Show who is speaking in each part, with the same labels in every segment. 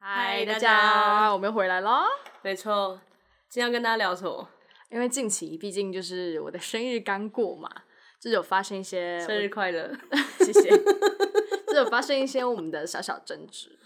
Speaker 1: 嗨，大家，
Speaker 2: 我们又回来啦！
Speaker 1: 没错，今天要跟大家聊什么？
Speaker 2: 因为近期毕竟就是我的生日刚过嘛， 就是有发生一些
Speaker 1: 生日快乐！
Speaker 2: 谢谢，就是有发生一些我们的小小争执。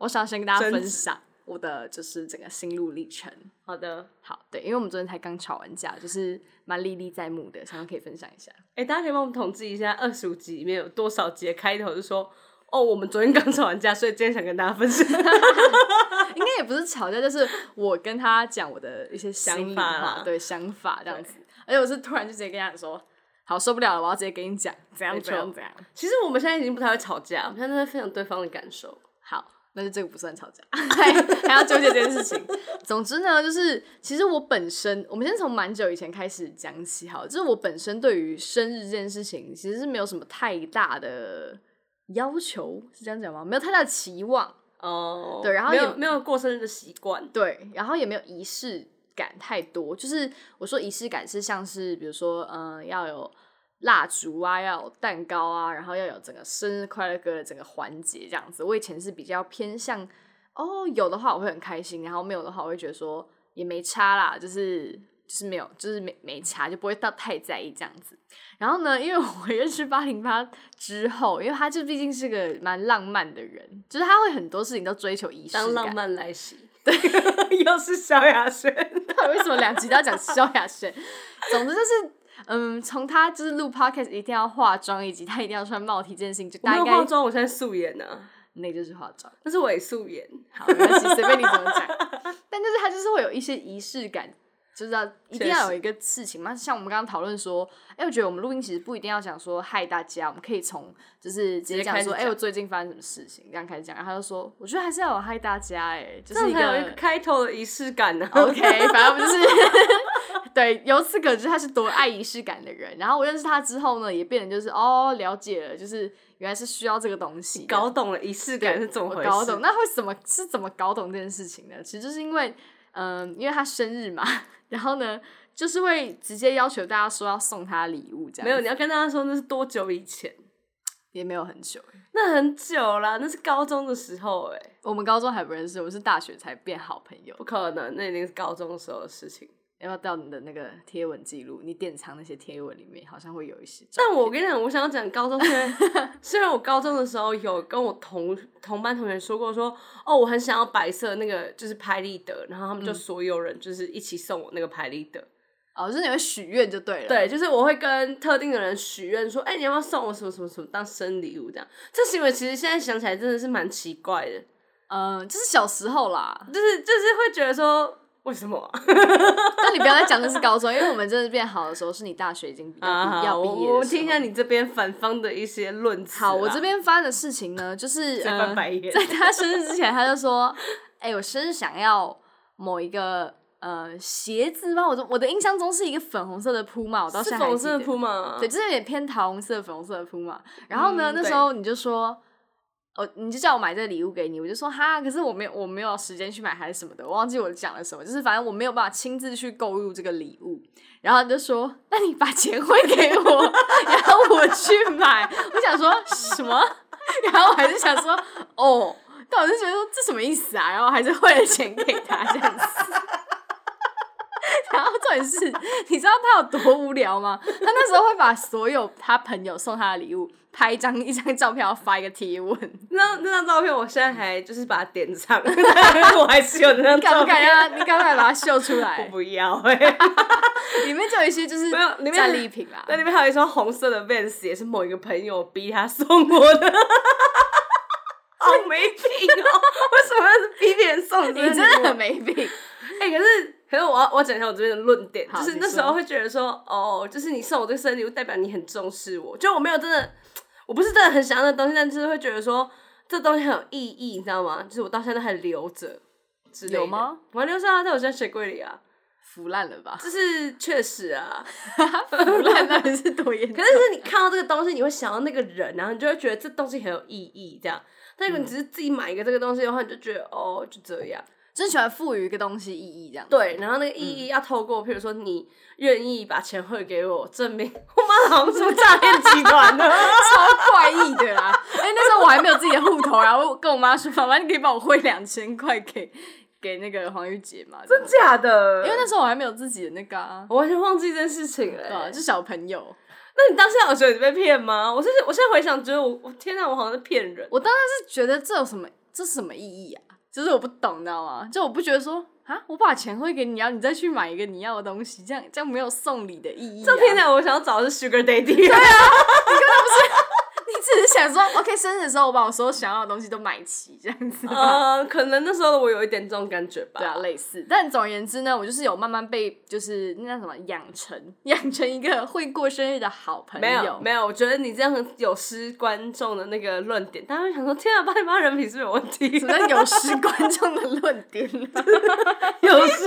Speaker 2: 我想先跟大家
Speaker 1: 争
Speaker 2: 分
Speaker 1: 执
Speaker 2: 享我的就是整个心路历程。
Speaker 1: 好的，
Speaker 2: 好，对，因为我们昨天才刚吵完架，就是蛮历历在目的，想要可以分享一下。
Speaker 1: 哎、大家可以帮我们统计一下，二十五集里面有多少集的开头是说，哦，我们昨天刚吵完架，所以今天想跟大家分享。
Speaker 2: 应该也不是吵架，就是我跟他讲我的一些心
Speaker 1: 想
Speaker 2: 里
Speaker 1: 法
Speaker 2: 话
Speaker 1: 啦，
Speaker 2: 对想法这样子。而且我是突然就直接跟他讲说，好受不了了，我要直接跟你讲，怎样
Speaker 1: 没
Speaker 2: 怎
Speaker 1: 错
Speaker 2: 样怎样。
Speaker 1: 其实我们现在已经不太会吵架，我们现在都在分享对方的感受。
Speaker 2: 好，那就这个不算吵架， 还还要纠结这件事情。总之呢，就是其实我本身，我们先从蛮久以前开始讲起，好了，就是我本身对于生日这件事情，其实是没有什么太大的要求，是这样讲吗？没有太大的期望，
Speaker 1: 哦、
Speaker 2: 对然后
Speaker 1: 没
Speaker 2: 也
Speaker 1: 有没有过生日的习惯，
Speaker 2: 对，然后也没有仪式感太多。就是我说仪式感是像是比如说，嗯、要有蜡烛啊，要有蛋糕啊，然后要有整个生日快乐歌的整个环节这样子。我以前是比较偏向哦，有的话我会很开心，然后没有的话我会觉得说也没差啦，就是。就是没有，就是没没差，就不会到太在意这样子。然后呢，因为我认识八零八之后，因为他就毕竟是个蛮浪漫的人，就是他会很多事情都追求仪式感。
Speaker 1: 当浪漫来袭。对， 又是萧亚轩。
Speaker 2: 到底为什么两集都要讲萧亚轩？ 总之就是，嗯，从他就是录 podcast 一定要化妆，以及他一定要穿帽 T 这件事情，就
Speaker 1: 我
Speaker 2: 大
Speaker 1: 没
Speaker 2: 家
Speaker 1: 有
Speaker 2: 应
Speaker 1: 化
Speaker 2: 该
Speaker 1: 妆，我现在素颜呢、啊，
Speaker 2: 那就是化妆。
Speaker 1: 那是伪素颜。
Speaker 2: 好，没关系，随便你怎么讲。 但就是他就是会有一些仪式感，就是要一定要有一个事情 嘛。像我们刚刚讨论说，哎、我觉得我们录音其实不一定要讲说嗨大家，我们可以从就是直接讲
Speaker 1: 直接
Speaker 2: 说，
Speaker 1: 开始
Speaker 2: 哎、
Speaker 1: 讲
Speaker 2: 我最近发生什么事情，这样开始讲。然后他就说，我觉得还是要有嗨大家、哎，就
Speaker 1: 这样
Speaker 2: 是一
Speaker 1: 才有一
Speaker 2: 个
Speaker 1: 个
Speaker 2: 哦
Speaker 1: 开头的仪式感呢、
Speaker 2: OK，反正不是。 对，由此可知他是多爱仪式感的人。然后我认识他之后呢，也变得就是哦，了解了，就是原来是需要这个东西的。
Speaker 1: 搞懂了仪式感是怎么
Speaker 2: 我
Speaker 1: 回事？
Speaker 2: 搞懂，那会怎么是怎么搞懂这件事情呢？其实就是因为，嗯、因为他生日嘛，然后呢，就是会直接要求大家说要送他礼物，这样
Speaker 1: 没有，
Speaker 2: 子
Speaker 1: 你要跟大家说那是多久以前？
Speaker 2: 也没有很久。欸
Speaker 1: 那很久啦，那是高中的时候哎、
Speaker 2: 我们高中还不认识，我是大学才变好朋友。
Speaker 1: 不可能，那已经是高中的时候的事情。
Speaker 2: 要不要到你的那个贴文记录，你典藏那些贴文里面，好像会有一些照片。
Speaker 1: 但我跟你讲，我想要讲高中，虽然 虽然我高中的时候有跟我同同班同学说过说，哦，我很想要白色那个就是拍立得，然后他们就所有人就是一起送我那个拍立得。
Speaker 2: 哦，就是你会许愿就对了。
Speaker 1: 对，就是我会跟特定的人许愿说，哎、你要不要送我什么什么什么当生日礼物这样？这行为其实现在想起来真的是蛮奇怪的，，
Speaker 2: 嗯，就是小时候啦
Speaker 1: 就是就是会觉得说为什么啊、
Speaker 2: 但你不要再讲的是高中，因为我们真的变好的时候是你大学已经比较
Speaker 1: 啊，
Speaker 2: 毕要
Speaker 1: 好，
Speaker 2: 毕
Speaker 1: 我
Speaker 2: 业
Speaker 1: 我
Speaker 2: 的时
Speaker 1: 听一下
Speaker 2: 候。
Speaker 1: 你这边反方的一些论词啦。啊
Speaker 2: 好，我这边发生的事情呢，就是
Speaker 1: 在翻
Speaker 2: 呃，
Speaker 1: 白眼。
Speaker 2: 在他生日之前，他就说：“哎、我生日想要某一个呃鞋子吧。”我的我的印象中是一个粉红色的铺嘛，我到
Speaker 1: 是
Speaker 2: 现在还
Speaker 1: 粉
Speaker 2: 记
Speaker 1: 色
Speaker 2: 得
Speaker 1: 的铺嘛？
Speaker 2: 对，，就是有点偏桃红色、粉红色的铺嘛。然后呢，
Speaker 1: 嗯
Speaker 2: 那时候你就说，哦，你就叫我买这个礼物给你，我就说哈，可是我没有，我没有时间去买还是什么的，我忘记我讲了什么，就是反正我没有办法亲自去购入这个礼物。然后你就说，那你把钱汇给我，然后我去买。我想说什么？然后我还是想说，哦。但我就觉得说这什么意思啊？然后还是汇了钱给他这样子。 然后重点是，你知道他有多无聊吗？他那时候会把所有他朋友送他的礼物拍一张一张照片，然后发一个贴文，
Speaker 1: 那那张照片我现在还就是把它典藏， 我还是有那张
Speaker 2: 敢
Speaker 1: 照
Speaker 2: 不敢
Speaker 1: 片。
Speaker 2: 让他？你敢不敢把它秀出
Speaker 1: 我
Speaker 2: 来？
Speaker 1: 不要哎，
Speaker 2: 里面就有一些就是
Speaker 1: 没有里面
Speaker 2: 战利品啦。
Speaker 1: 那里面还有一双红色的 Vans，也是某一个朋友逼他送我的。 好没品哦！ 为什么要逼别人送
Speaker 2: 你
Speaker 1: 这些
Speaker 2: 真
Speaker 1: 礼物
Speaker 2: 的很没病，
Speaker 1: 哎、可是可是我要我要讲一下我这边的论点，
Speaker 2: 好
Speaker 1: 就是
Speaker 2: 你
Speaker 1: 那时
Speaker 2: 说
Speaker 1: 候会觉得说，哦，就是你送我这个生日礼物，代表你很重视我。就我没有真的，我不是真的很想要那东西，但就是会觉得说这东西很有意义，你知道吗？就是我到现在还留着之类的。
Speaker 2: 有吗？
Speaker 1: 我还留着啊，在我现在鞋柜里啊。
Speaker 2: 腐烂了吧？
Speaker 1: 就是确实啊，
Speaker 2: 腐烂到底是多严
Speaker 1: 可
Speaker 2: 重？
Speaker 1: 是就是你看到这个东西，你会想到那个人，然后你就会觉得
Speaker 2: 嗯
Speaker 1: 这东西很有意义，这样。但如果你只是自己买一个这个东西的话，你就觉得哦，就这样。
Speaker 2: 真喜欢赋予一个东西意义这样子。
Speaker 1: 对，然后那个意
Speaker 2: 嗯
Speaker 1: 义要透过，譬如说你愿意把钱汇给我，证明 我妈好像是个 诈骗集团 啊的。
Speaker 2: 超怪异的啦！哎、那时候我还没有自己的户头，然后我跟我妈说：“妈妈，你可以帮我汇两千块给给那个黄玉姐嘛？”这样
Speaker 1: 假的因
Speaker 2: 因为
Speaker 1: 为
Speaker 2: 那时候我还没有自己的那个啊，
Speaker 1: 我完全忘记这件事情了、欸
Speaker 2: 对啊，就小朋友。
Speaker 1: 那你当下有觉得你被骗吗？我现在我现在回想，觉得我我天哪，我好像在骗人。
Speaker 2: 我当时是觉得这有什么，这是什么意义啊？就是我不懂，你知道吗？就我不觉得说啊，我把钱汇给你，然后你再去买一个你要的东西，这样这样没有送礼的意义、啊。
Speaker 1: 这听起来我想要找的是 Sugar Daddy。
Speaker 2: 你只是想说，OK，生日的时候我把我所有想要的东西都买齐，这样子。
Speaker 1: 呃，可能那时候的我有一点这种感觉吧。
Speaker 2: 对啊，类似。但总而言之呢，我就是有慢慢被就是那叫什么养成，养成一个会过生日的好朋
Speaker 1: 没有
Speaker 2: 友。
Speaker 1: 没有，我觉得你这样有失观众的那个论点，大家会想说：天啊，八零八人品是不是有问题？
Speaker 2: 什么叫有失观众的论点呢、
Speaker 1: 有失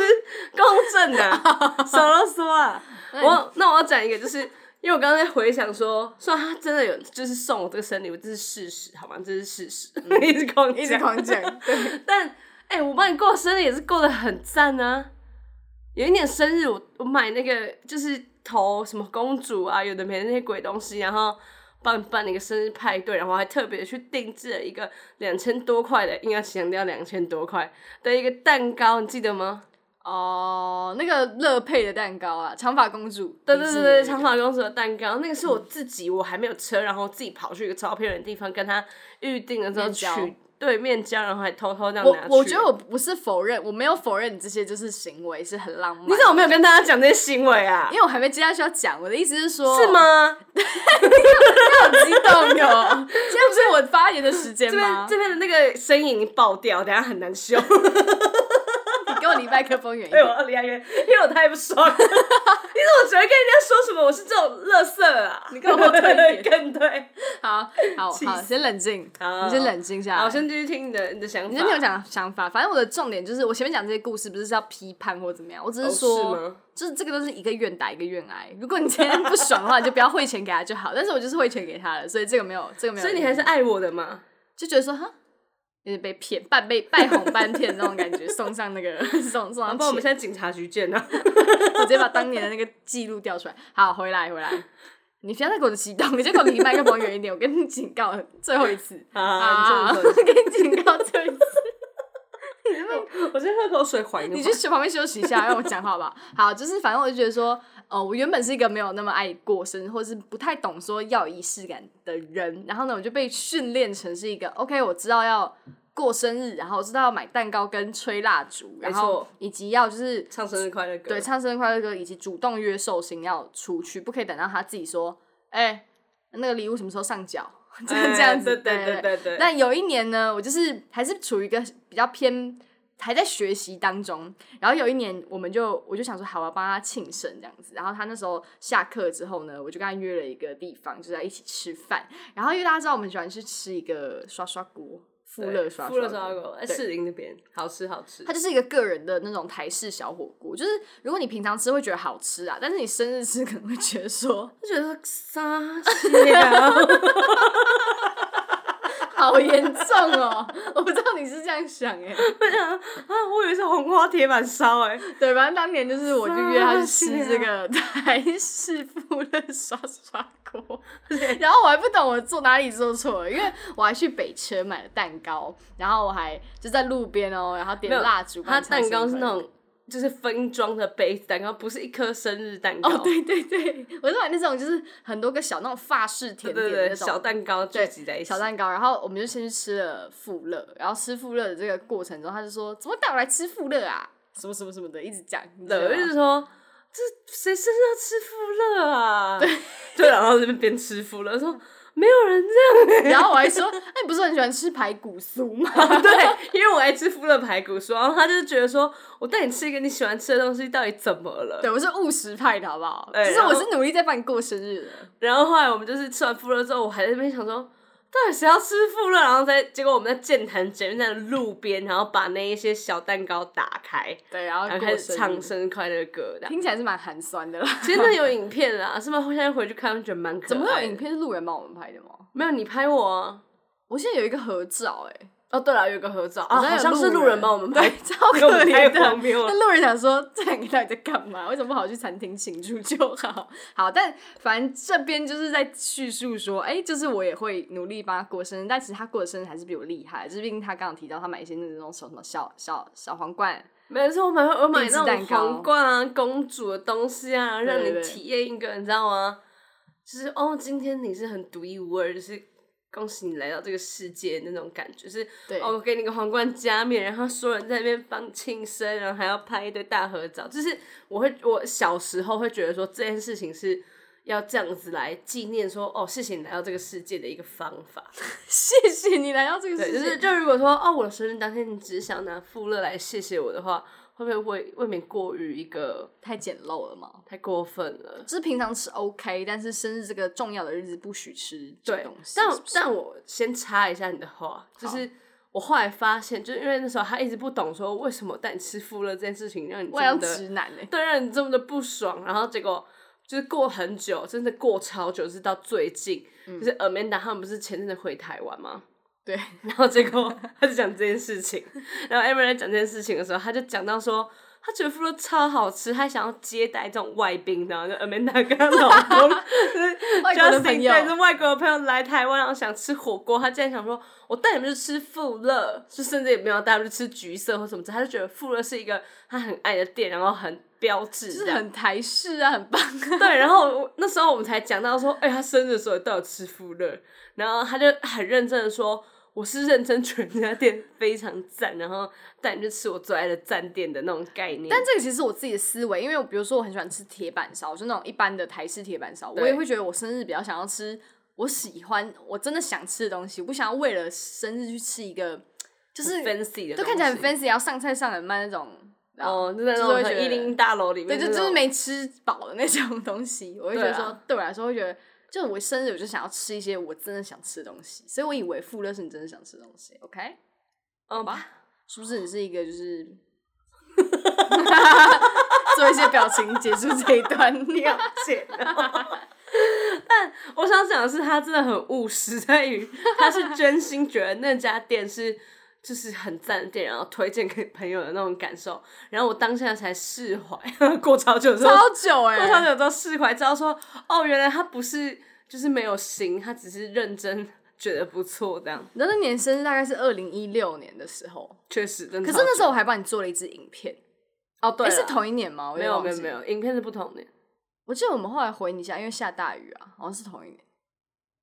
Speaker 1: 公正啊，少啰嗦啊！我那我要讲一个，就是因为我刚才回想说，说他真的有就是送我这个生日礼物，这是事实，好吗？这是事实， 一直狂
Speaker 2: 嗯 一直
Speaker 1: 讲，
Speaker 2: 狂讲，对，
Speaker 1: 但哎、我帮你过生日也是过得很赞啊。有一年生日我，我买那个就是头什么公主啊，有的没的那些鬼东西，然后帮你办了一个生日派对，然后我还特别去定制了一个两千多块的，应该强调两千多块的一个蛋糕，你记得吗？
Speaker 2: 哦，那个乐佩的蛋糕啊，长发公主，
Speaker 1: 对对
Speaker 2: 迪
Speaker 1: 对
Speaker 2: 士尼的那
Speaker 1: 对，
Speaker 2: 个
Speaker 1: 长发公主的蛋糕，那个是我自己，我还没有车，然后我自己跑去一个超偏远的地方，跟他预定了之后
Speaker 2: 面交
Speaker 1: 去对面交，然后还偷偷这样拿去。
Speaker 2: 我我觉得我不是否认，我没有否认你这些就是行为是很浪漫。
Speaker 1: 你怎么没有跟大家讲这些行为啊
Speaker 2: 因？为我还没接下去要讲，我的意思是说，
Speaker 1: 是？吗？
Speaker 2: 好激动哟！ 现在不是我发言的时间
Speaker 1: 这边
Speaker 2: 吗？
Speaker 1: 这边的那个声音已经爆掉，等一下很难 修。
Speaker 2: 你给我离麦克风远一
Speaker 1: 对，
Speaker 2: 点
Speaker 1: 我。要离他远，因为我太不 爽了。你怎么只会跟人家说什么我是这种乐色啊？
Speaker 2: 你跟我后退一点
Speaker 1: 更 对。
Speaker 2: 好好
Speaker 1: 气
Speaker 2: 好，
Speaker 1: 死
Speaker 2: 先冷静，
Speaker 1: 好
Speaker 2: 你先冷静下来。
Speaker 1: 好，我先继续听你的你的想法。
Speaker 2: 你先听我讲想法。反正我的重点就是，我前面讲这些故事不是要批判或怎么样，我只
Speaker 1: 哦
Speaker 2: 是说，
Speaker 1: 是吗
Speaker 2: 就是这个都是一个愿打一个愿挨。如果你今天不 爽的话，你就不要汇钱给他就好。但是我就是汇钱给他了，所以这个没有，这个没有。
Speaker 1: 所以你还是爱我的嘛？
Speaker 2: 就觉得说，哈，有点被骗，半被半哄半骗那种感觉，送上那个 送送
Speaker 1: 好，
Speaker 2: 上
Speaker 1: 不然我们
Speaker 2: 钱
Speaker 1: 现在警察局见 啊。
Speaker 2: 我直接把当年的那个记录调出来。好，回来回来，你不要再给我激动，你就给我离麦克风远一点。我跟你警告最后一次，啊
Speaker 1: 好啊好你
Speaker 2: 我
Speaker 1: 说你说
Speaker 2: 跟你警告最后一次。
Speaker 1: 我先喝口水缓一
Speaker 2: 你
Speaker 1: 缓
Speaker 2: 去。旁边休息一下，让我讲话吧。好，就是反正我就觉得说，呃，我原本是一个没有那么爱过生日，或是不太懂说要有仪式感的人。然后呢，我就被训练成是一个 OK，我知道要过生日，然后知道要买蛋糕跟吹蜡烛，然
Speaker 1: 没
Speaker 2: 后
Speaker 1: 错
Speaker 2: 以及要就是
Speaker 1: 唱生日快乐歌。
Speaker 2: 对，唱生日快乐歌，以及主动约寿星要出去，不可以等到他自己说，哎、那个礼物什么时候上缴？ 这样这样子，
Speaker 1: 哎对对对
Speaker 2: 对
Speaker 1: 对对
Speaker 2: 但有一年呢，我就是还是处于一个比较偏还在学习当中，然后有一年我们就我就想说，好，我要帮他庆生这样子。然后他那时候下课之后呢，我就跟他约了一个地方，就是要一起吃饭。然后因为大家知道我们喜欢去吃一个刷刷锅，富
Speaker 1: 对
Speaker 2: 乐刷
Speaker 1: 富乐
Speaker 2: 刷
Speaker 1: 烧
Speaker 2: 锅
Speaker 1: 烤锅，哎，
Speaker 2: 对
Speaker 1: 士林那边好吃好吃
Speaker 2: 它。就是一个个人的那种台式小火锅，就是如果你平常吃会觉得好吃啊，但是你生日吃可能会觉得说
Speaker 1: 就觉得傻笑，
Speaker 2: 好严重哦，我不知道你是这样想哎、
Speaker 1: 啊， 我以为是红花铁板烧哎、
Speaker 2: 对，反正当年就是我就约他去吃这个台式富乐刷刷锅，然后我还不懂我做哪里做错了，因为我还去北车买了蛋糕，然后我还就在路边哦，然后点
Speaker 1: 没有
Speaker 2: 蜡烛，
Speaker 1: 它蛋糕是那。种就是分装的杯子蛋糕，不是一颗生日蛋糕。
Speaker 2: 哦，对对对，我是买那种就是很多个小那种法式 甜
Speaker 1: 对
Speaker 2: 点
Speaker 1: 对
Speaker 2: 的
Speaker 1: 对
Speaker 2: 那种
Speaker 1: 小蛋糕聚
Speaker 2: 对，
Speaker 1: 集在一起
Speaker 2: 小。蛋糕，然后我们就先去吃了富乐，然后吃富乐的这个过程中，他就说怎么带我来吃富乐啊，什么什么什么的，一直讲，你知道
Speaker 1: 对，我就是
Speaker 2: 吗
Speaker 1: 说，这谁生日要吃富乐啊？对，对，然后那边边吃富乐，说没有人这样、欸。
Speaker 2: 然后我还说，哎、你不是很喜欢吃排骨酥吗？
Speaker 1: 对，因为我爱吃富乐排骨酥，然后他就觉得说，我带你吃一个你喜欢吃的东西，到底怎么了？
Speaker 2: 对，我是务实派的好不好？
Speaker 1: 对
Speaker 2: 其实
Speaker 1: 然后
Speaker 2: 我是努力在帮你过生日的。
Speaker 1: 然后后来我们就是吃完富乐之后，我还在那边想说，到底谁要吃富乐？然后在结果我们在健谈捷运站的路边，然后把那一些小蛋糕打开，
Speaker 2: 对，然后
Speaker 1: 然后
Speaker 2: 过
Speaker 1: 开始
Speaker 2: 生
Speaker 1: 唱
Speaker 2: 日，
Speaker 1: 生日快乐歌的。
Speaker 2: 听起来是蛮寒酸的啦。
Speaker 1: 其实那有影片啦，是吗？我现在回去看，觉得蛮可爱的。
Speaker 2: 怎么会有影？片是路人帮我们拍的吗？
Speaker 1: 没有你拍我啊？
Speaker 2: 我现在有一个合照、哎，哦，对了，有个合照，
Speaker 1: 啊，
Speaker 2: 像
Speaker 1: 好
Speaker 2: 有
Speaker 1: 像是路人帮我们拍
Speaker 2: 对， 超
Speaker 1: 给我
Speaker 2: 可
Speaker 1: 们
Speaker 2: 怜啊
Speaker 1: 太
Speaker 2: 的
Speaker 1: 荒。谬了。啊
Speaker 2: 那路人想说，这两个到底在干嘛？为什么不好去餐厅庆祝就好？好，但反正这边就是在叙述说，哎、就是我也会努力帮他过生日，但其实他过的生日还是比我厉害，就是毕竟他刚刚有提到他买一些那种什么小小小皇冠，
Speaker 1: 没错，我买我买那
Speaker 2: 定
Speaker 1: 种
Speaker 2: 制蛋糕
Speaker 1: 皇冠啊、公主的东西啊，让
Speaker 2: 对
Speaker 1: 你
Speaker 2: 对
Speaker 1: 体验一个，你知道吗？就是哦，今天你是很独一无二，就是恭喜你来到这个世界那种感觉，就是
Speaker 2: 对，
Speaker 1: 哦，我给你个皇冠加冕，然后所有人在那边帮庆生，然后还要拍一堆大合照。就是我会，我小时候会觉得说这件事情是要这样子来纪念说，哦，谢谢你来到这个世界的一个方法。
Speaker 2: 谢谢你来到这个
Speaker 1: 对，
Speaker 2: 世
Speaker 1: 就
Speaker 2: 界，
Speaker 1: 是就如果说哦，我的生日当天你只想拿富乐来谢谢我的话，会不会未未免过于一个
Speaker 2: 太简陋了嘛。
Speaker 1: 太过分了？
Speaker 2: 就是平常吃 OK，但是生日这个重要的日子不许吃这
Speaker 1: 对
Speaker 2: 东西。，
Speaker 1: 但
Speaker 2: 是不是
Speaker 1: 但我先插一下你的话，就是我后来发现，就是因为那时候他一直不懂说为什么带你吃富乐这件事情让你这
Speaker 2: 我要
Speaker 1: 么的
Speaker 2: 直男哎、
Speaker 1: 对，让你这么的不爽，然后结果。就是过很久，真的过超久，就是到最近，
Speaker 2: 嗯
Speaker 1: 就是 Amanda 他们不是前阵子回台湾吗？
Speaker 2: 对，
Speaker 1: 然后结果他就讲这件事情，然后 Amber 在讲这件事情的时候，他就讲到说，他觉得富肉超好吃，他想要接待这种外宾，啊然后就 Amanda 跟她老公
Speaker 2: 外国的朋
Speaker 1: Justin
Speaker 2: 友
Speaker 1: 带着外国的朋友来台湾，然后想吃火锅，他竟然想说，我带你们去吃富乐，就甚至也没有带他们去吃橘色或什么之类，他就觉得富乐是一个他很爱的店，然后很标志，
Speaker 2: 就
Speaker 1: 这
Speaker 2: 是
Speaker 1: 样。
Speaker 2: 很台式啊，很棒啊。
Speaker 1: 对，然后我那时候我们才讲到说，哎、他生日的时候都有吃富乐，然后他就很认真的说，我是认真觉得那家店非常赞，然后带你去吃我最爱的赞店的那种概念。
Speaker 2: 但这个其实是我自己的思维，因为我比如说我很喜欢吃铁板烧，就那种一般的台式铁板烧，我
Speaker 1: 对
Speaker 2: 也会觉得我生日比较想要吃我喜欢、我真的想吃的东西，我不想要为了生日去吃一个就是
Speaker 1: 很 fancy 的，
Speaker 2: 都看起来很。fancy，然后上菜上很慢那种。然后
Speaker 1: 哦，就在那
Speaker 2: 就是会
Speaker 1: 种
Speaker 2: 觉得
Speaker 1: 很一零大楼里面
Speaker 2: 对，
Speaker 1: 那
Speaker 2: 就
Speaker 1: 种，
Speaker 2: 就是没吃饱的那种东西，我会觉得
Speaker 1: 对啊
Speaker 2: 说，对我来说会觉得，就是我生日我就想要吃一些我真的想吃的东西，所以我以为富乐是你真的想吃的东西，OK？
Speaker 1: 嗯
Speaker 2: 吧是不是你是一个就是 做一些表情结束这一 段？你好
Speaker 1: 了解了。但我想讲的是，他真的很务实，在于他是真心觉得那家店是就是很赞的店，然后推荐给朋友的那种感受。然后我当下才释怀，过超久之后，
Speaker 2: 超久哎、
Speaker 1: 过超久之后释怀，知道说哦，原来他不是就是没有心，他只是认真觉得不错这样。
Speaker 2: 你知道那年生日大概是二零一六年的时候，
Speaker 1: 确实，真的
Speaker 2: 可
Speaker 1: 超
Speaker 2: 是
Speaker 1: 久。
Speaker 2: 那时候我还帮你做了一支影片，
Speaker 1: 哦，对
Speaker 2: 哎、
Speaker 1: 啦，
Speaker 2: 是同一年吗？我
Speaker 1: 没有
Speaker 2: 忘
Speaker 1: 没
Speaker 2: 记
Speaker 1: 有没有，，影片是不同的。
Speaker 2: 我记得我们后来回你家，因为下大雨啊，好像是同一年。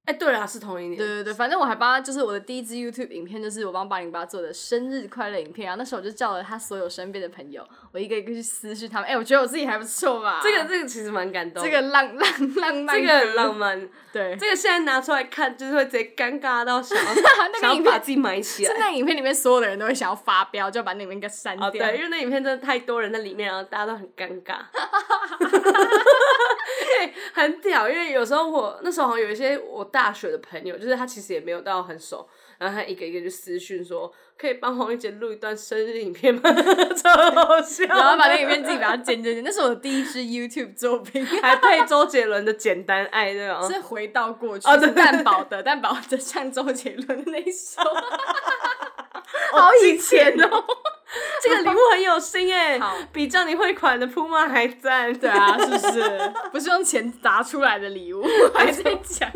Speaker 1: 哎、对啦，是同一年。
Speaker 2: 对啊对对，反正我还帮他，就是我的第一支 YouTube 影片，就是我帮八零八做的生日快乐影片，然啊后那时候我就叫了他所有身边的朋友，我一个一个去私讯他们，哎、我觉得我自己还不错吧，哦
Speaker 1: 这个这个其实蛮感动的，
Speaker 2: 这个浪浪浪漫，
Speaker 1: 这个很浪漫。
Speaker 2: 对，
Speaker 1: 这个现在拿出来看，就是会直接尴尬到想 要
Speaker 2: 个
Speaker 1: 想
Speaker 2: 影
Speaker 1: 要
Speaker 2: 片
Speaker 1: 把自己埋起
Speaker 2: 是
Speaker 1: 来。
Speaker 2: 那影片里面所有的人都会想要发飙，就要把那里面给删
Speaker 1: 哦，
Speaker 2: 掉。
Speaker 1: 对，因为那影片真的太多人在里面，然后大家都很尴 尬。因为很屌，因为有时候我那时候好像有一些我大学的朋友，就是他其实也没有到很熟，然后他一个一个就私讯说，可以帮黄玉姐录一段生日影片吗？ 超好笑的，
Speaker 2: 然后把 那影片自己把它剪剪剪，那是我的第一支 YouTube 作品，
Speaker 1: 还配周杰伦的《简单爱》那种，
Speaker 2: 是回到过去，
Speaker 1: 嗯哦对
Speaker 2: 是蛋堡的蛋堡的像周杰伦的那一 首，
Speaker 1: 好
Speaker 2: 以前哦。
Speaker 1: 这个礼物很有心哎、
Speaker 2: 好
Speaker 1: 比叫你汇款的 Puma 还赞。
Speaker 2: 对啊，是不是？不是用钱砸出来的礼物，还在讲。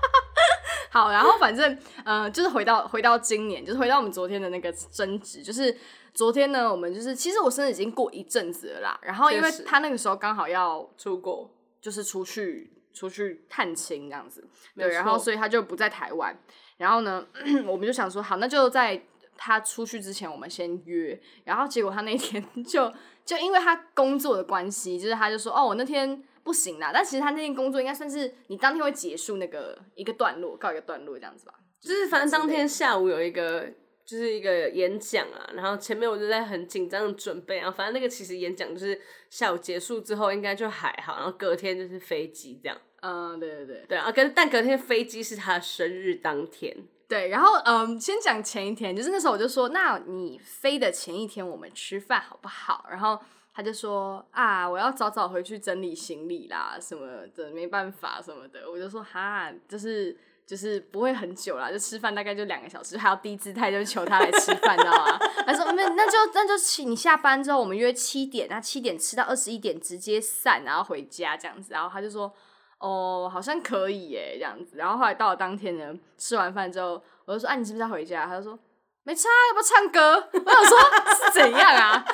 Speaker 2: 好，然后反正呃，就是回到回到今年，就是回到我们昨天的那个争执，就是昨天呢，我们就是其实我生日已经过一阵子了啦，然后因为
Speaker 1: 确实
Speaker 2: 他那个时候刚好要
Speaker 1: 出国。
Speaker 2: 就是出去出去探亲这样子，
Speaker 1: 没
Speaker 2: 对，
Speaker 1: 错
Speaker 2: 然后所以他就不在台湾，然后呢， 我们就想说好，那就在他出去之前我们先约，然后结果他那天 就就因为他工作的关系，就是他就说哦，我那天。不行啦，但其实他那天工作应该算是你当天会结束那个一个段落，告一个段落这样子吧。
Speaker 1: 就是反正当天下午有一个就是一个演讲啊，然后前面我就在很紧张的准备啊，反正那个其实演讲就是下午结束之后应该就还好，然后隔天就是飞机这样。
Speaker 2: 嗯，对对对
Speaker 1: 对啊，跟但隔天飞机是他的生日当天，
Speaker 2: 对。然后嗯，先讲前一天，就是那时候我就说，那你飞的前一天我们吃饭好不好？然后他就说啊，我要早早回去整理行李啦，什么的，没办法什么的。我就说哈，就是就是不会很久啦，就吃饭大概就两个小时，还要低姿态就求他来吃饭，知道吗？他说没，那就那就起你下班之后我们约七点，那七点吃到二十一点直接散，然后回家这样子，然后他就说。哦，好像可以耶，这样子。然后后来到了当天呢，吃完饭之后，我就说：“啊，你是不是要回家？”他就说：“没差，啊要不要唱歌？” 我想说是怎样啊？ 就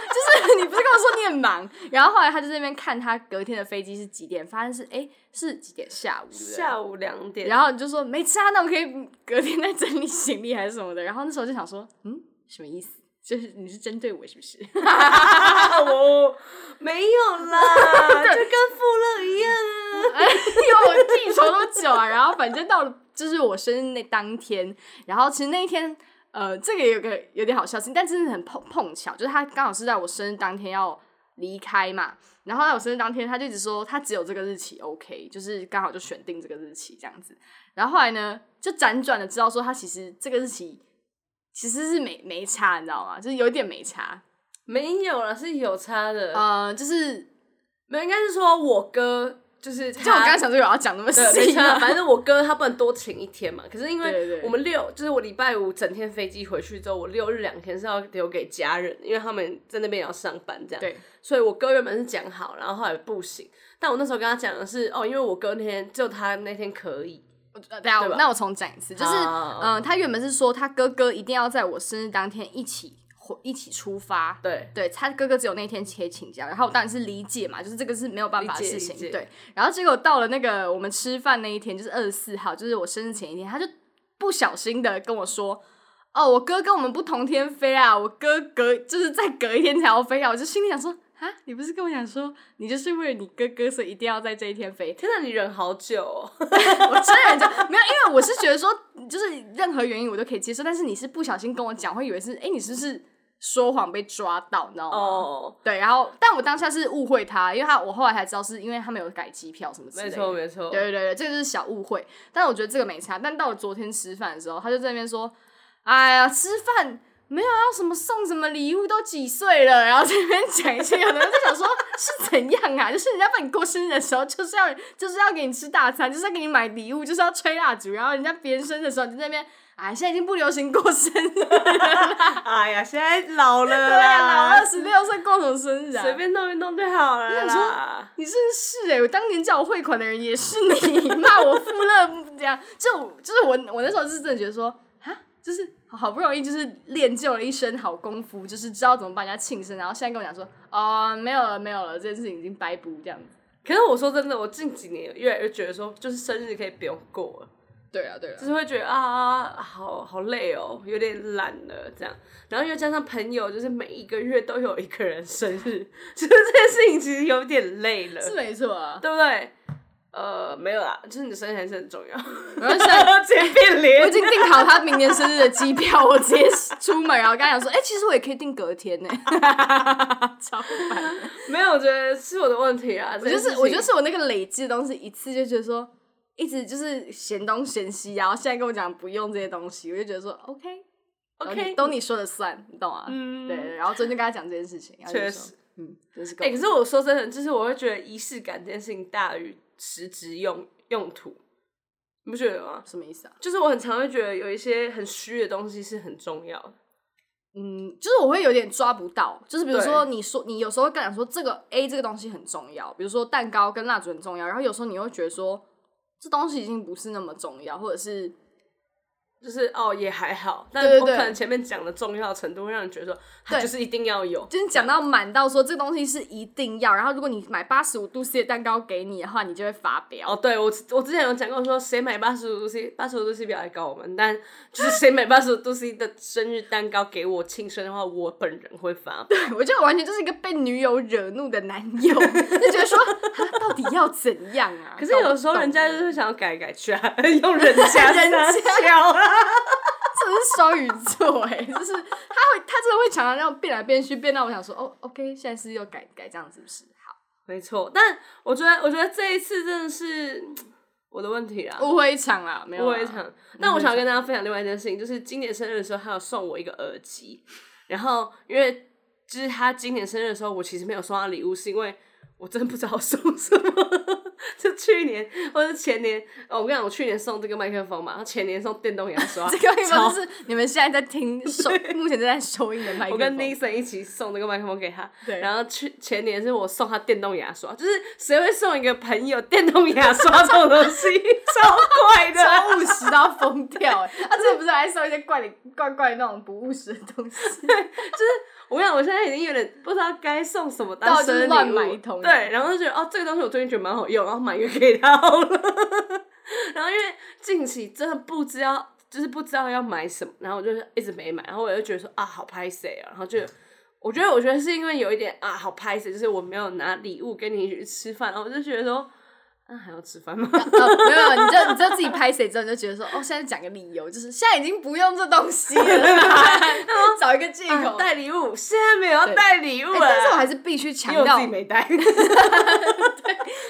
Speaker 2: 是你不是跟我说你很忙？然后后来他就在那边看他隔天的飞机是几点，发现是哎、是几点下午对不对
Speaker 1: 下午两点，
Speaker 2: 然后你就说没差，啊那我可以隔天再整理行李还是什么的。然后那时候就想说，嗯，什么意思？就是你是针对我是不是？
Speaker 1: 啊 我没有 啦，就跟富乐一样啊。
Speaker 2: 哎 呦，我记仇多久啊？然后反正到了就是我生日那当天，然后其实那一天，呃，这个有个有点好消息，但真的很碰碰巧，就是他刚好是在我生日当天要离开嘛，然后在我生日当天，他就一直说他只有这个日期 OK，就是刚好就选定这个日期这样子。然后后来呢，就辗转的知道说他其实这个日期其实是没没差，你知道吗？就是有一点没差，
Speaker 1: 没有啦，是有差的。
Speaker 2: 呃，就是
Speaker 1: 没有，应该是说我哥就是
Speaker 2: 就我刚
Speaker 1: 他
Speaker 2: 刚想说有要讲那么
Speaker 1: 对，没
Speaker 2: 细
Speaker 1: 差，
Speaker 2: 吗，
Speaker 1: 反正我哥他不能多请一天嘛。可是因
Speaker 2: 啊对对
Speaker 1: 为我们六，就是我礼拜五整天飞机回去之后，我六日两天是要留给家人，因为他们在那边也要上班，这样。
Speaker 2: 对，
Speaker 1: 所以我哥原本是讲好，然后后来不行。但我那时候跟他讲的是，哦，因为我哥那天就他那天可以，
Speaker 2: 呃等一下，
Speaker 1: 对吧哦
Speaker 2: 那我重讲一次，就是，
Speaker 1: 好
Speaker 2: 嗯、他原本是说他哥哥一定要在我生日当天一起回一起出发，
Speaker 1: 对，
Speaker 2: 对，他哥哥只有那天可以请假，然后我当然是理解嘛，就是这个是没有办法的
Speaker 1: 理解
Speaker 2: 事情
Speaker 1: 理，解
Speaker 2: 对。然后结果到了那个我们吃饭那一天，就是二十四号，就是我生日前一天，他就不小心的跟我说。哦，我哥跟我们不同天飞啊，我哥隔就是再隔一天才要飞啊，我就心里想说，啊，你不是跟我讲说，你就是为了你哥哥，所以一定要在这一天飞，
Speaker 1: 天哪，你忍好久、哦，
Speaker 2: 我真的就没有，因为我是觉得说，就是任何原因我都可以接受，但是你是不小心跟我讲，会以为是，哎、你是不是说谎被抓到，你知道吗？
Speaker 1: 哦，
Speaker 2: 对，然后但我当下是误会他，因为他我后来才知道是因为他们有改机票什么之 类
Speaker 1: 没
Speaker 2: 的。
Speaker 1: 错没错，
Speaker 2: 对对对，这个就是小误会。但我觉得这个没差。但到了昨天吃饭的时候，他就在那边说：“哎呀，吃饭没有要什么送什么礼物，都几岁了，然后在那边讲一些有的。”我就想说，是怎样啊？就是人家帮你过生日的时候，就是要就是要给你吃大餐，就是要给你买礼物，就是要吹蜡烛，然后人家别人生日的时候，你就在那边。哎，现在已经不流行过生日了，
Speaker 1: 哎呀，现在啊老 了
Speaker 2: 对呀、老
Speaker 1: 啦，
Speaker 2: 二十六岁过什么生日啊？
Speaker 1: 随便弄一弄就好了
Speaker 2: 我想
Speaker 1: 啦。
Speaker 2: 你真是哎、我当年叫我汇款的人也是你，骂我富乐这样，就就是我我那时候就是真的觉得说啊，就是好不容易就是练就了一身好功夫，就是知道怎么帮人家庆生，然后现在跟我讲说哦没有了没有了，这件事情已经白补这样子。
Speaker 1: 可是我说真的，我近几年越来越觉得说，就是生日可以不用过了，
Speaker 2: 对啊对啊
Speaker 1: 就，是会觉得啊，好好累哦，有点懒了这样。然后又加上朋友，就是每一个月都有一个人生日， 就是这件事情其实有点累了，
Speaker 2: 是没错啊。
Speaker 1: 对不对？呃，没有啦，就是你的生日还是很重要。
Speaker 2: 然后现在
Speaker 1: 直接变脸，
Speaker 2: 啊我已经订好他明年生日的机票，我直接出门，然后跟他讲说，哎、其实我也可以订隔天呢、欸超烦。
Speaker 1: 没有，我觉得是我的问题啊。
Speaker 2: 我
Speaker 1: 我
Speaker 2: 就是我就是我那个累积的东西，一次就觉得说，一直就是嫌东嫌西，然后现在跟我讲不用这些东西，我就觉得说 OK 都哦你
Speaker 1: OK，
Speaker 2: 都你说了算，你懂啊？
Speaker 1: 嗯
Speaker 2: 对。对然后昨天就跟他讲这件事情，然后就
Speaker 1: 确
Speaker 2: 说
Speaker 1: 实，
Speaker 2: 嗯，真是够。
Speaker 1: 哎、可是我说真的，就是我会觉得仪式感这件事情大于实质用用途，你不觉得吗？
Speaker 2: 什么意思啊？
Speaker 1: 就是我很常会觉得有一些很虚的东西是很重要的。
Speaker 2: 嗯，就是我会有点抓不到，就是比如
Speaker 1: 对
Speaker 2: 说你说你有时候会跟我讲说这个 A 这个东西很重要，比如说蛋糕跟蜡烛很重要，然后有时候你会觉得说这东西已经不是那么重要，或者是
Speaker 1: 就是哦，也还好，但
Speaker 2: 对对
Speaker 1: 我
Speaker 2: 对
Speaker 1: 可能前面讲的重要程度会让你觉得说，它
Speaker 2: 对
Speaker 1: 就是一定要有，
Speaker 2: 就是讲到满到说这东西是一定要，然后如果你买八十五度 C 的蛋糕给你的话，你就会发飙。
Speaker 1: 哦，对我我之前有讲过说，谁买八十五度 C 八十五度 C 表来搞我们，但就是谁买八十五度 C 的生日蛋糕给我庆生的话，我本人会 发飙。
Speaker 2: 我觉得完全就是一个被女友惹怒的男友， 就觉得说他到底要怎样啊？
Speaker 1: 可是有时候人家就是想要改来改去 啊，用人家
Speaker 2: 人家
Speaker 1: 巧啦。
Speaker 2: 这是双鱼座哎、 就是他会他真的会常常让变来变去，变到我想说哦，OK，现在是又改改这样是不是？好，
Speaker 1: 没错，但我觉得我觉得这一次真的是我的问题啊啦。
Speaker 2: 误会一场啦，没有
Speaker 1: 我也
Speaker 2: 啦。
Speaker 1: 想，那我
Speaker 2: 嗯
Speaker 1: 想跟大家分享另外一件事情，就是今年生日的时候，他有送我一个耳机，然后因为就是他今年生日的时候，我其实没有收到礼物，是因为我真的不知道我送什么，就去年或者前年，哦我跟你讲，我去年送这个麦克风嘛，然后前年送电动牙刷
Speaker 2: 这，个你
Speaker 1: 超
Speaker 2: 们是你们现在在 听收，目前正在收音的麦克风。
Speaker 1: 我跟 Nathan 一起送那个麦克风给他，
Speaker 2: 对
Speaker 1: 然后去前年是我送他电动牙刷，就是谁会送一个朋友电动牙刷这种东西， 超怪的，
Speaker 2: 超务实到疯掉哎、 他真的不是还收一些怪里怪怪那种不务实的 东 西，
Speaker 1: 我跟你讲，我现在已经有点不知道该送什么当
Speaker 2: 到
Speaker 1: 生日
Speaker 2: 处乱
Speaker 1: 礼物
Speaker 2: 买一通
Speaker 1: 对，然后就觉得哦，这个东西我最近觉得蛮好用，然后买一个给他好了。 然后因为近期真的不知道，就是不知道要买什么，然后我就是一直没买，然后我就觉得说啊，好拍谁啊，然后就。我觉得，我觉得是因为有一点啊，好拍谁，就是我没有拿礼物跟你一起去吃饭，然后我就觉得说，啊，还要吃饭 吗？
Speaker 2: 呃，没有，你就你就自己拍谁之后，你就觉得说，哦，现在讲个理由，就是现在已经不用这东西 了，找一个借
Speaker 1: 啊
Speaker 2: 口。
Speaker 1: 带礼物，现在没有要
Speaker 2: 对
Speaker 1: 带礼物
Speaker 2: 哎
Speaker 1: 了，
Speaker 2: 但是我还是必须强
Speaker 1: 因为我
Speaker 2: 调
Speaker 1: 自己， 没带。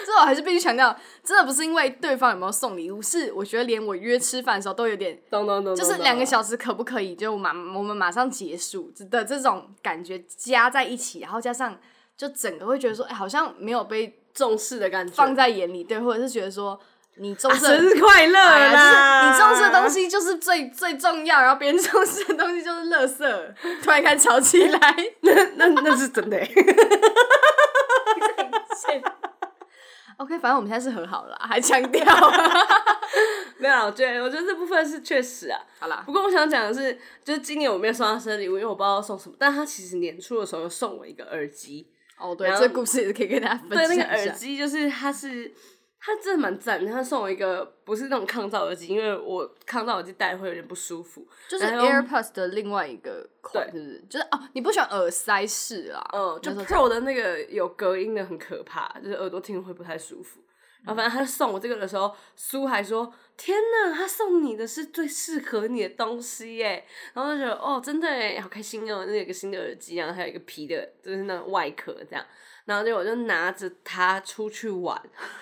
Speaker 2: 这我还是必须强调，真的不是因为对方有没有送礼物，是我觉得连我约吃饭的时候都有点，
Speaker 1: 咚咚咚，
Speaker 2: 就是
Speaker 1: 咚
Speaker 2: 两个
Speaker 1: 咚
Speaker 2: 小时可不可以就马我们马上结束的这种感觉加在一起，然后加上就整个会觉得说，哎，好像没有被
Speaker 1: 重视的感觉，
Speaker 2: 放在眼里，对，或者是觉得说你重
Speaker 1: 啊
Speaker 2: 视的、
Speaker 1: 生日快乐
Speaker 2: 哎呀
Speaker 1: 啦！
Speaker 2: 就是你重 视的东，西就是最最重要，然后别人重视的东西就是垃圾。突然开始吵起来，
Speaker 1: 那那是真的欸。
Speaker 2: OK，反正我们现在是和好了啦，还强 调
Speaker 1: 没有啦，我觉得我觉得这部分是确实啊。
Speaker 2: 好啦，
Speaker 1: 不过我想讲的是，就是今年我没有送他生日礼物，因为我不知道要送什么。但他其实年初的时候有送我一个耳机，
Speaker 2: 哦，对，
Speaker 1: 然后
Speaker 2: 这个故事也可以跟大家分
Speaker 1: 对，
Speaker 2: 享
Speaker 1: 那
Speaker 2: 一
Speaker 1: 个
Speaker 2: 下。
Speaker 1: 耳机就是它是，它真的蛮赞的。他送我一个不是那种抗噪耳机，因为我抗噪耳机戴会有点不舒服。
Speaker 2: 就是
Speaker 1: 然后
Speaker 2: AirPods 的另外一个款，是不是？就是哦，你不喜欢耳塞式啊啦，
Speaker 1: 嗯，就
Speaker 2: 那时候
Speaker 1: Pro 的那个有隔音的很可怕，就是耳朵听会不太舒服。然后反正他送我这个的时候，苏还说：“天呐，他送你的是最适合你的东西耶！”然后就觉得哦，真的耶，好开心哦，那有一个新的耳机，然后还有一个皮的，就是那种外壳这样。然后结果我就拿着它出去玩，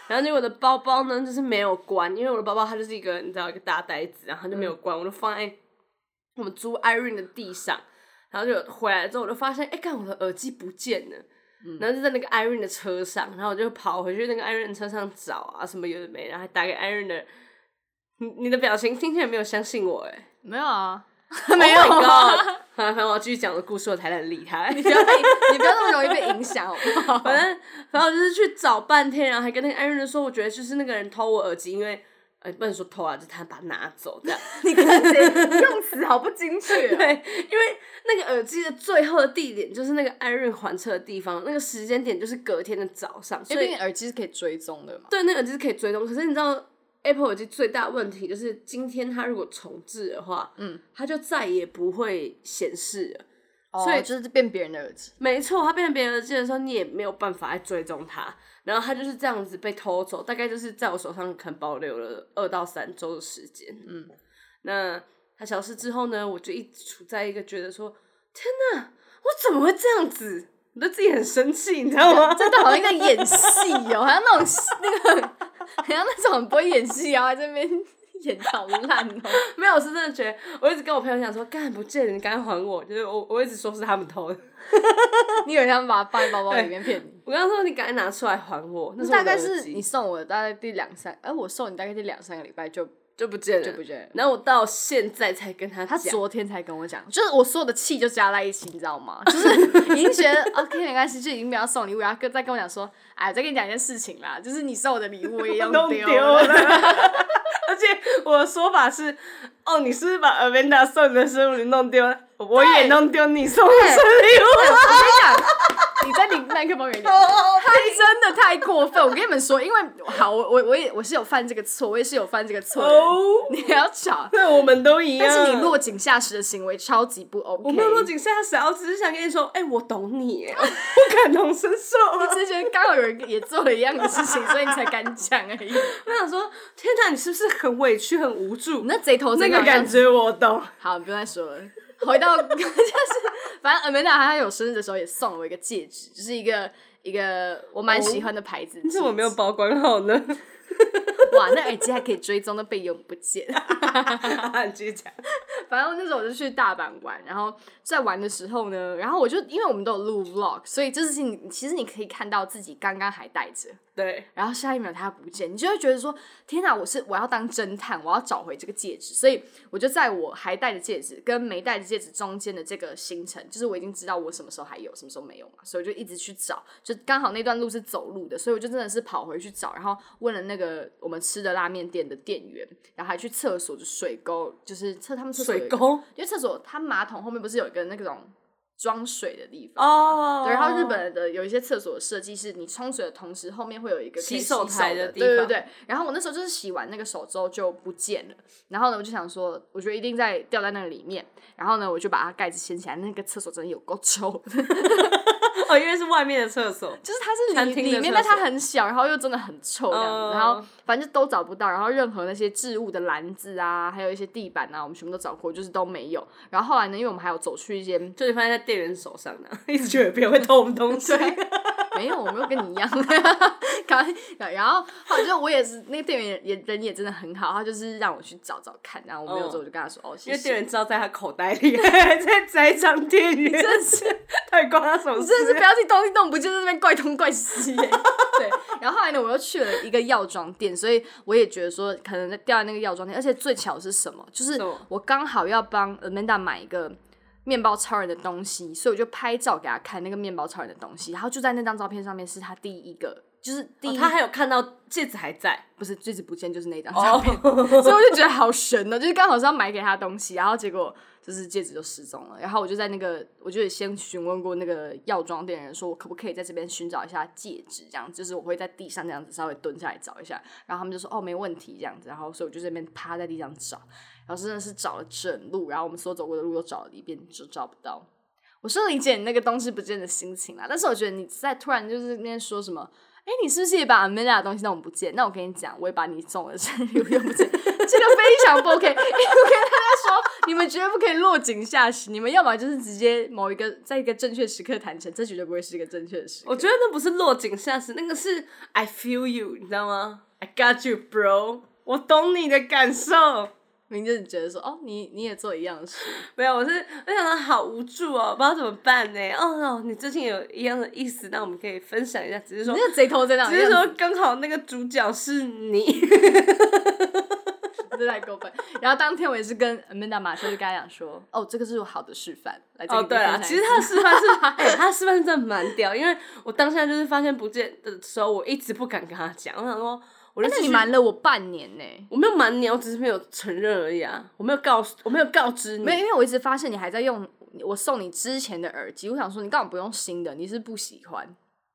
Speaker 1: 然后结果我的包包呢就是没有关，因为我的包包它就是一个你知道一个大袋子，然后它就没有
Speaker 2: 嗯
Speaker 1: 关，我就放在我们租 Irene 的地上。然后就回来之后，我就发现，哎、看我的耳机不见了。然后就在那个 Irene 的车上，然后我就跑回去那个 Irene 车上找啊，什么有的没，然后还打给 Irene 的。你你的表情听起来没有相信我哎、
Speaker 2: 没有啊，
Speaker 1: 没有
Speaker 2: Oh my
Speaker 1: 啊， 反正我要继续讲我的故事，我才能理他。
Speaker 2: 你不要被你不要那么容易被影响，好不好？
Speaker 1: 反正反正我就是去找半天，然后还跟那个 Irene 说，我觉得就是那个人偷我耳机，因为呃不能说偷啊，就是他把它拿走这样。
Speaker 2: 你看谁用词好不精确、哦。
Speaker 1: 对，因为那个耳机的最后的地点就是那个艾瑞还车的地方，那个时间点就是隔天的早上，
Speaker 2: 因
Speaker 1: 所
Speaker 2: 为
Speaker 1: 以
Speaker 2: 毕竟耳机是可以追踪的嘛。
Speaker 1: 对那个耳机是可以追踪。可是你知道 Apple 耳机最大问题就是，今天它如果重置的话，
Speaker 2: 嗯，
Speaker 1: 它就再也不会显示了。
Speaker 2: 所以哦就是变别人的耳机。
Speaker 1: 没错，它变成别人耳机的时候，你也没有办法来追踪它。然后它就是这样子被偷走，大概就是在我手上可能保留了二到三周的时间。嗯，那它消失之后呢，我就一直处在一个觉得说，天哪，我怎么会这样子？我对自己很生气，你知道吗？
Speaker 2: 真的好像在演戏哦，好像那种那个， 好像那种很不会演戏啊，在这边演得好烂哦。
Speaker 1: 没有，我是真的觉得，我一直跟我朋友讲说，干不见了，你赶快还我。就是我，我一直说是他们偷的。
Speaker 2: 你以为他们把它放在包包里面骗你？
Speaker 1: 我刚刚说你赶快拿出来还我，那是我
Speaker 2: 大
Speaker 1: 的
Speaker 2: 概
Speaker 1: 耳
Speaker 2: 是
Speaker 1: 机
Speaker 2: 你送我大概第两三，哎、我送你大概第两三个礼拜就
Speaker 1: 就不见了，
Speaker 2: 就不见了。
Speaker 1: 然后我到现在才跟他
Speaker 2: 他
Speaker 1: 讲，
Speaker 2: 昨天才跟我讲，就是我所有的气就加在一起，你知道吗？就是 已经觉得 OK 没关系，就已经不要送礼物，然后跟再跟我讲说，哎，我再跟你讲一件事情啦，就是你送我的礼物我也用
Speaker 1: 弄
Speaker 2: 丢
Speaker 1: 丢了。 而且我的说法是，哦，你是不是把 Avenda 送你的生日礼物弄丢了？我也弄丢你送的生日礼物。
Speaker 2: 我跟你讲，你在离麦克风 远一点。他真的太过分！我跟你们说，因为好，我我我也我是有犯这个错，我也是有犯这个错的 人。
Speaker 1: 哦，
Speaker 2: 你要 吵，
Speaker 1: 那我们都一样。
Speaker 2: 但是你落井下石的行为超级不 OK。
Speaker 1: 我没有落井下石啊，我只是想跟你说，哎、我懂你 耶，我感同身受啊。
Speaker 2: 只是觉得刚好有人也做了一样的事情，所以你才敢讲而已。
Speaker 1: 我想说，天哪，你是不是很委屈、很无助？
Speaker 2: 那贼头
Speaker 1: 那
Speaker 2: 贼脑
Speaker 1: 个感觉我懂。
Speaker 2: 好，不用再说了。回到 就是，反正 Amanda 她有生日的时候也送了我一个戒指，就是一个一个我蛮喜欢的牌子。
Speaker 1: 哦你
Speaker 2: 是
Speaker 1: 怎么没有保管好 呢？
Speaker 2: 哇，那耳机还可以追踪，都被用不见。
Speaker 1: 你继续讲。
Speaker 2: 反正那时候我就去大阪玩，然后在玩的时候呢，然后我就因为我们都有录 vlog，所以就是你其实你可以看到自己刚刚还戴着，
Speaker 1: 对，
Speaker 2: 然后下一秒它不见，你就会觉得说天哪，我是我要当侦探，我要找回这个戒指，所以我就在我还戴着戒指跟没戴着戒指中间的这个行程，就是我已经知道我什么时候还有，什么时候没有嘛，所以我就一直去找，就刚好那段路是走路的，所以我就真的是跑回去找，然后问了那个我们吃的拉面店的店员，然后还去厕所就水沟，就是厕他们厕所有一
Speaker 1: 水
Speaker 2: 个，
Speaker 1: 沟
Speaker 2: 因为厕所它马桶后面不是有一个那种装水的地方。
Speaker 1: 哦
Speaker 2: 对，然后日本的有一些厕所的设计是，你冲水的同时，后面会有一个可以
Speaker 1: 洗
Speaker 2: 洗
Speaker 1: 手台
Speaker 2: 的
Speaker 1: 的地
Speaker 2: 对对
Speaker 1: 方
Speaker 2: 对。然后我那时候就是洗完那个手之后就不见了，然后呢，我就想说，我觉得一定在掉在那个里面，然后呢，我就把它盖子掀起来，那个厕所真的有够臭的，
Speaker 1: 哦，因为是外面的厕所，
Speaker 2: 就是它
Speaker 1: 餐
Speaker 2: 是
Speaker 1: 厅
Speaker 2: 里
Speaker 1: 的
Speaker 2: 里
Speaker 1: 厕
Speaker 2: 面，但它
Speaker 1: 所
Speaker 2: 很小，然后又真的很臭这样子，
Speaker 1: 嗯
Speaker 2: 然后反正就都找不到，然后任何那些置物的篮子啊，还有一些地板啊，我们全部都找过，就是都没有。然后后来呢，因为我们还有走去一些
Speaker 1: 就你发现在店员手上呢，一直觉得别人会偷我们东 西。
Speaker 2: 没有，我没有跟你一样。 然然后后来就我也是，那个店员也人也真的很好，他就是让我去找找看，然后我没有
Speaker 1: 嗯
Speaker 2: 做，我就跟他说哦，谢
Speaker 1: 因为店
Speaker 2: 谢。
Speaker 1: 员知道在他口袋里， 还在栽赃店员，真是，到底关他什么
Speaker 2: 你
Speaker 1: 事？啊
Speaker 2: 真的是不要去动一动不就在那边怪东怪西耶、对，然后后来呢，我又去了一个药妆店，所以我也觉得说可能在掉在那个药妆店，而且最巧是什么？就是
Speaker 1: 什么
Speaker 2: 我刚好要帮 Amanda 买一个面包超人的东西，所以我就拍照给他看那个面包超人的东西，然后就在那张照片上面是他第一个，就是第
Speaker 1: 哦
Speaker 2: 一、
Speaker 1: 他还有看到戒指还在
Speaker 2: 不是最直不见就是那张照
Speaker 1: 哦
Speaker 2: 片，所以我就觉得好神哦，就是刚好是要买给他的东西，然后结果就是戒指就失踪了。然后我就在那个，我就也先询问过那个药妆店的人，说我可不可以在这边寻找一下戒指，这样就是我会在地上这样子稍微蹲下来找一下。然后他们就说哦没问题这样子，然后所以我就在那边趴在地上找，然后真的是找了整路，然后我们所走过的路都找了一遍，就找不到。我是理解你那个东西不见的心情啦，但是我觉得你在突然就是那边说什么，哎、你是不是也把 Amanda 的东西弄不见？那我跟你讲，我也把你送的生日礼物用不见，这个非常不 OK。因为我跟大 家说，你们绝对不可以落井下石，你们要么就是直接某一个在一个正确时刻谈成，这绝对不会是一个正确的时 刻。
Speaker 1: 我觉得那不是落井下石，那个是 I feel you，你知道吗？I got you, bro，我懂你的感受。
Speaker 2: 明就是觉得说，哦，你你也做一样的事，
Speaker 1: 没有，我是我想到好无助哦，不知道怎么办呢。哦，哦你最近有一样的意思，那我们可以分享一下，只是说，
Speaker 2: 你这贼头贼脑的
Speaker 1: 只是
Speaker 2: 样子，
Speaker 1: 说刚好那个主角是你。
Speaker 2: 真的太过分。然后当天我也是跟 Amanda 马上就跟他讲说，哦，这个是我好的示范，来这个
Speaker 1: 哦，对啊，其实他的示范是， 哎、他的示范是真的蛮屌，因为我当下就是发现不见的时候，我一直不敢跟他讲，我想说，我嗯就
Speaker 2: 哎那
Speaker 1: 继
Speaker 2: 你
Speaker 1: 续
Speaker 2: 瞒了我半年呢、
Speaker 1: 我没有瞒你，我只是没有承认而已啊，我没有告诉，我没有告知你，
Speaker 2: 没有，因为我一直发现你还在用我送你之前的耳机，我想说你干嘛不用新的？你是不喜欢？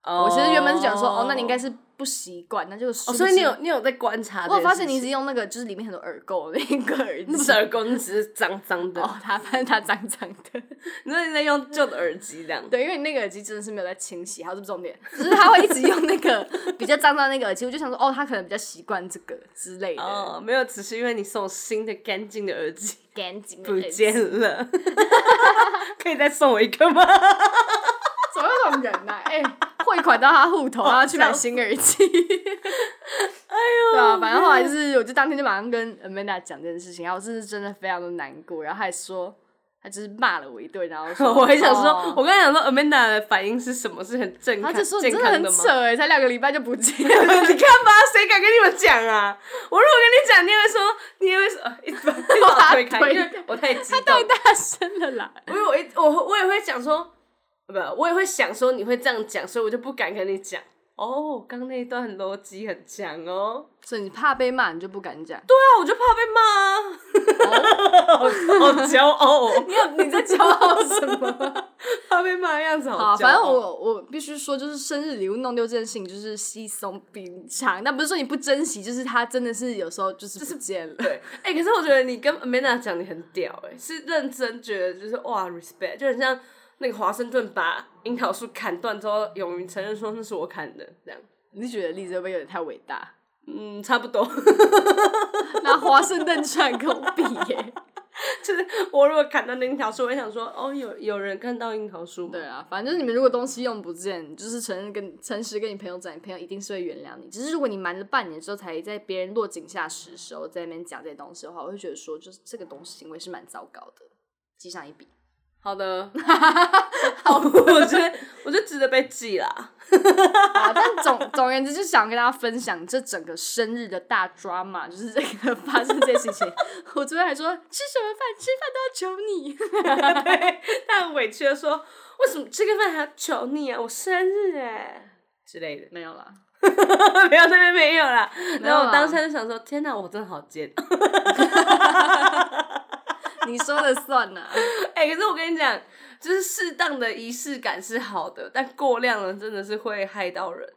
Speaker 1: 哦
Speaker 2: 我其实原本是想说，哦，那你应该是不习惯，那就
Speaker 1: 哦，
Speaker 2: 哦
Speaker 1: 所以你有，你有在观察这件事
Speaker 2: 我
Speaker 1: 情，
Speaker 2: 有发现你一直用那个，就是里面很多耳垢的那个耳
Speaker 1: 那不
Speaker 2: 机
Speaker 1: 是。耳垢，那只是脏脏的，
Speaker 2: 哦，它反正它脏脏的，
Speaker 1: 你说你在用旧的耳机这样，
Speaker 2: 对，因为你那个耳机真的是没有在清洗，还有这是重点，只是他会一直用那 个比较脏脏的那个耳机，我就想说，哦，他可能比较习惯这个之类的，
Speaker 1: 哦，没有，只是因为你送新的干净的耳机
Speaker 2: 干净的
Speaker 1: 不
Speaker 2: 耳机
Speaker 1: 见了， 可以再送我一个吗？
Speaker 2: 怎么有这种人呢、哎、汇款到他户头，然后去买新耳 机。哎呦，对啊，反正后来就是，我就当天就马上跟 Amanda 讲这件事情，然后我真是真的非常的难过，然后还说他就是骂了我一顿，然后说
Speaker 1: 我还想说，
Speaker 2: 哦
Speaker 1: 我刚才想说 Amanda 的反应是什么？是很正
Speaker 2: 他
Speaker 1: 康
Speaker 2: 就说
Speaker 1: 健
Speaker 2: 你真的
Speaker 1: 康
Speaker 2: 很
Speaker 1: 的吗
Speaker 2: 扯？哎、才两个礼拜就不见
Speaker 1: 你
Speaker 2: 了，
Speaker 1: 看吧，谁敢跟你们讲啊？我如果跟你讲，你也会说，你也会说， 呃一直把一直把我推开，因为我太激动
Speaker 2: 太。大声了啦。
Speaker 1: 因为我一我我也会讲说，不，我也会想说你会这样讲，所以我就不敢跟你讲。哦，刚那一段很逻辑很强哦。
Speaker 2: 所以你怕被骂，你就不敢讲。
Speaker 1: 对啊，我就怕被骂啊，好骄傲 哦，
Speaker 2: 你啊有你在骄傲什么？
Speaker 1: 怕被骂的样子
Speaker 2: 好，
Speaker 1: 好骄傲。
Speaker 2: 反正我我必须说，就是生日礼物弄丢这件事情，就是稀松平常。但不是说你不珍惜，就是它真的是有时候就是不见了。
Speaker 1: 对， 哎、可是我觉得你跟 Amanda 讲你很屌、哎，是认真觉得就是哇，respect，就很像那个华盛顿把樱桃树砍断之后，勇于承认说那是我砍的，这样，
Speaker 2: 你是觉得丽泽杯有点太伟大？
Speaker 1: 嗯，差不多，
Speaker 2: 拿华盛顿串狗比耶、
Speaker 1: 就是我如果砍到樱桃树，我也想说，哦，有有人看到樱桃树吗？
Speaker 2: 对啊，反正你们如果东西用不见，你就是承认跟诚实跟你朋友讲，你朋友一定是会原谅你。只是如果你瞒了半年之后，才在别人落井下石时候在那边讲这些东西的话，我会觉得说，就是这个东西行为是蛮糟糕的，记上一笔。
Speaker 1: 好 的，好，我觉得我觉得值得被记啦。
Speaker 2: 啊，但总总而言之，就想跟大家分享这整个生日的大 drama，就是这个发生这些事情。我昨天还说吃什么饭，吃饭都要求你。
Speaker 1: 对，他很委屈的说，为什么吃个饭还要求你啊？我生日哎、之类的，
Speaker 2: 没有啦，
Speaker 1: 没有那边没有啦。
Speaker 2: 没
Speaker 1: 然
Speaker 2: 有啊
Speaker 1: 后我
Speaker 2: 啦
Speaker 1: 当下就想说，天哪，我真的好贱。
Speaker 2: 你说了算呐。
Speaker 1: 哎、可是我跟你讲，就是适当的仪式感是好的，但过量了真的是会害到人。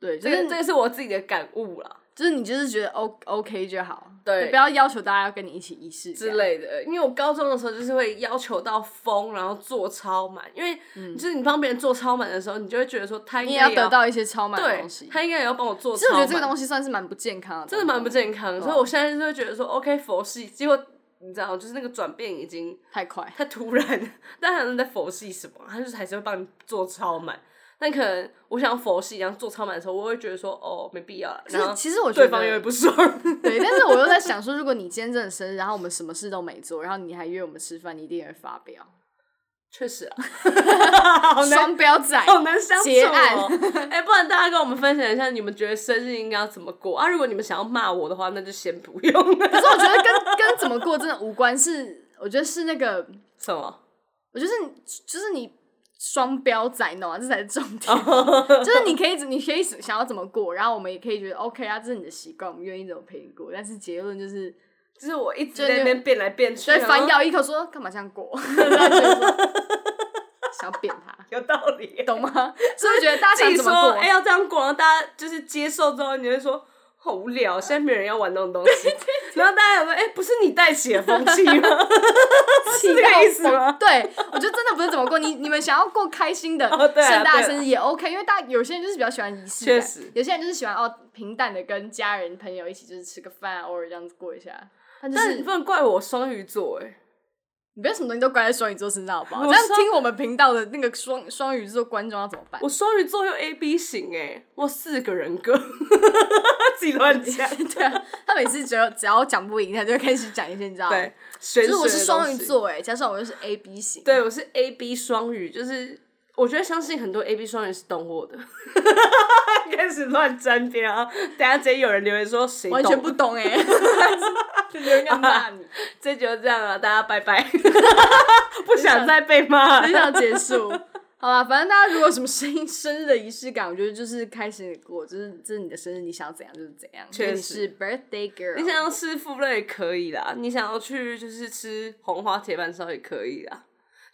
Speaker 2: 对，就
Speaker 1: 这
Speaker 2: 是
Speaker 1: 个这个是我自己的感悟啦
Speaker 2: 就是你就是觉得 O OK 就好，
Speaker 1: 对
Speaker 2: 就不要要求大家要跟你一起仪式
Speaker 1: 之
Speaker 2: 感。
Speaker 1: 类的。因为我高中的时候就是会要求到疯，然后做超满，因为就是你帮别人做超满的时候，你就会觉得说他应
Speaker 2: 嗯你
Speaker 1: 该
Speaker 2: 也
Speaker 1: 也
Speaker 2: 要得到一些超满的
Speaker 1: 对
Speaker 2: 东西，。
Speaker 1: 他应该也要帮我做
Speaker 2: 其
Speaker 1: 超
Speaker 2: 实我
Speaker 1: 满。
Speaker 2: 觉得这个东西算是蛮不健康的，
Speaker 1: 真的蛮不健康，
Speaker 2: 对啊
Speaker 1: 所以我现在就会觉得说 OK 佛系，结果。你知道，就是那个转变已经
Speaker 2: 太快。
Speaker 1: 太突然，但他能在佛系什么？他就是还是会帮你做超满。但可能我想要佛系，然后做超满的时候，我会觉得说哦，没必要了。
Speaker 2: 其
Speaker 1: 然后
Speaker 2: 实其实我觉
Speaker 1: 对方也会
Speaker 2: 得
Speaker 1: 不爽。
Speaker 2: 对，但是我又在想说，如果你今天真的生日，然后我们什么事都没做，然后你还约我们吃饭，你一定会发飙，
Speaker 1: 哦确实啊，好难
Speaker 2: 双标仔。
Speaker 1: 好难相处
Speaker 2: 结
Speaker 1: 哦
Speaker 2: 案。
Speaker 1: 哎、不然大家跟我们分享一下，你们觉得生日应该要怎么过啊？如果你们想要骂我的话，那就先不用了。
Speaker 2: 可是我觉得跟跟怎么过真的无关，是我觉得是那个，
Speaker 1: 什么？
Speaker 2: 我觉得是你就是你双标仔，你懂吗？这才是重点。
Speaker 1: 哦
Speaker 2: 就是你可以你可以想要怎么过，然后我们也可以觉得 OK 啊，这是你的习惯，我们愿意怎么陪你过。但是结论就是
Speaker 1: 就是我一直在那边变来变去，啊
Speaker 2: 就会
Speaker 1: 然后
Speaker 2: 反咬一口说干嘛这样过， 然后就会说想扁他，
Speaker 1: 有道理。
Speaker 2: 懂吗？所以我觉得大家
Speaker 1: 自
Speaker 2: 想
Speaker 1: 己
Speaker 2: 怎
Speaker 1: 说
Speaker 2: 么
Speaker 1: 哎、
Speaker 2: 过，
Speaker 1: 要这样过，然后大家就是接受之后，你会说好无聊，现在没有人要玩那种东西。然后大家有说哎、不是你带起的风气 吗？
Speaker 2: 气
Speaker 1: 是这
Speaker 2: 到
Speaker 1: 个意思吗
Speaker 2: 疯对，我觉得真的不是怎么过，你你们想要过开心的
Speaker 1: 哦对啊
Speaker 2: 盛大
Speaker 1: 对啊
Speaker 2: 生日也 OK，因为大有些人就是比较喜欢仪式
Speaker 1: 确
Speaker 2: 感，
Speaker 1: 实
Speaker 2: 有些人就是喜欢哦平淡的跟家人朋友一起就是吃个饭，啊偶尔这样子过一下。但就
Speaker 1: 但是你
Speaker 2: 是
Speaker 1: 不能怪我双鱼座哎、
Speaker 2: 你不要什么东西都怪在双鱼座身上，好不好？
Speaker 1: 我
Speaker 2: 这样
Speaker 1: 双
Speaker 2: 听我们频道的那个双双鱼座观众要怎么办？
Speaker 1: 我双鱼座又 A B 型哎、我四个人格， 自己乱讲。
Speaker 2: 对啊，他每次只要只要讲不赢，他就会开始讲一些你知道吗？
Speaker 1: 对，玄
Speaker 2: 可是我
Speaker 1: 学
Speaker 2: 是
Speaker 1: 的
Speaker 2: 双
Speaker 1: 东
Speaker 2: 鱼
Speaker 1: 西，
Speaker 2: 座哎，加上我又是 A B 型，
Speaker 1: 对我是 A B 双鱼，就是我觉得相信很多 A B 双鱼是懂我的。 开始乱沾边啊！等下直接有人留言说谁
Speaker 2: 完全
Speaker 1: 懂
Speaker 2: 不懂哎， 就有人要骂你，
Speaker 1: 这就这样了，大家拜拜。 不想再被骂
Speaker 2: 很
Speaker 1: 了。
Speaker 2: 想结束。 好啦，反正大家如果有什么生日生日的仪式感，我觉得就是开始过，就是这是你的生日，你想怎样就是怎样。
Speaker 1: 确
Speaker 2: 你
Speaker 1: 实
Speaker 2: 是 birthday girl，
Speaker 1: 你想要吃富乐也可以啦，你想要去就是吃红花铁板烧也可以啦。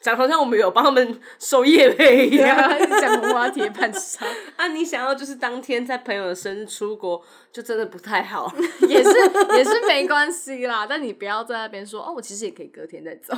Speaker 1: 讲好像我们有帮他们收业配一
Speaker 2: 对啊
Speaker 1: 样。
Speaker 2: 一直讲红花铁板烧
Speaker 1: 啊，你想要就是当天在朋友的生日出国，就真的不太 好。
Speaker 2: 也是也是没关系啦，但你不要在那边说哦，我其实也可以隔天再走。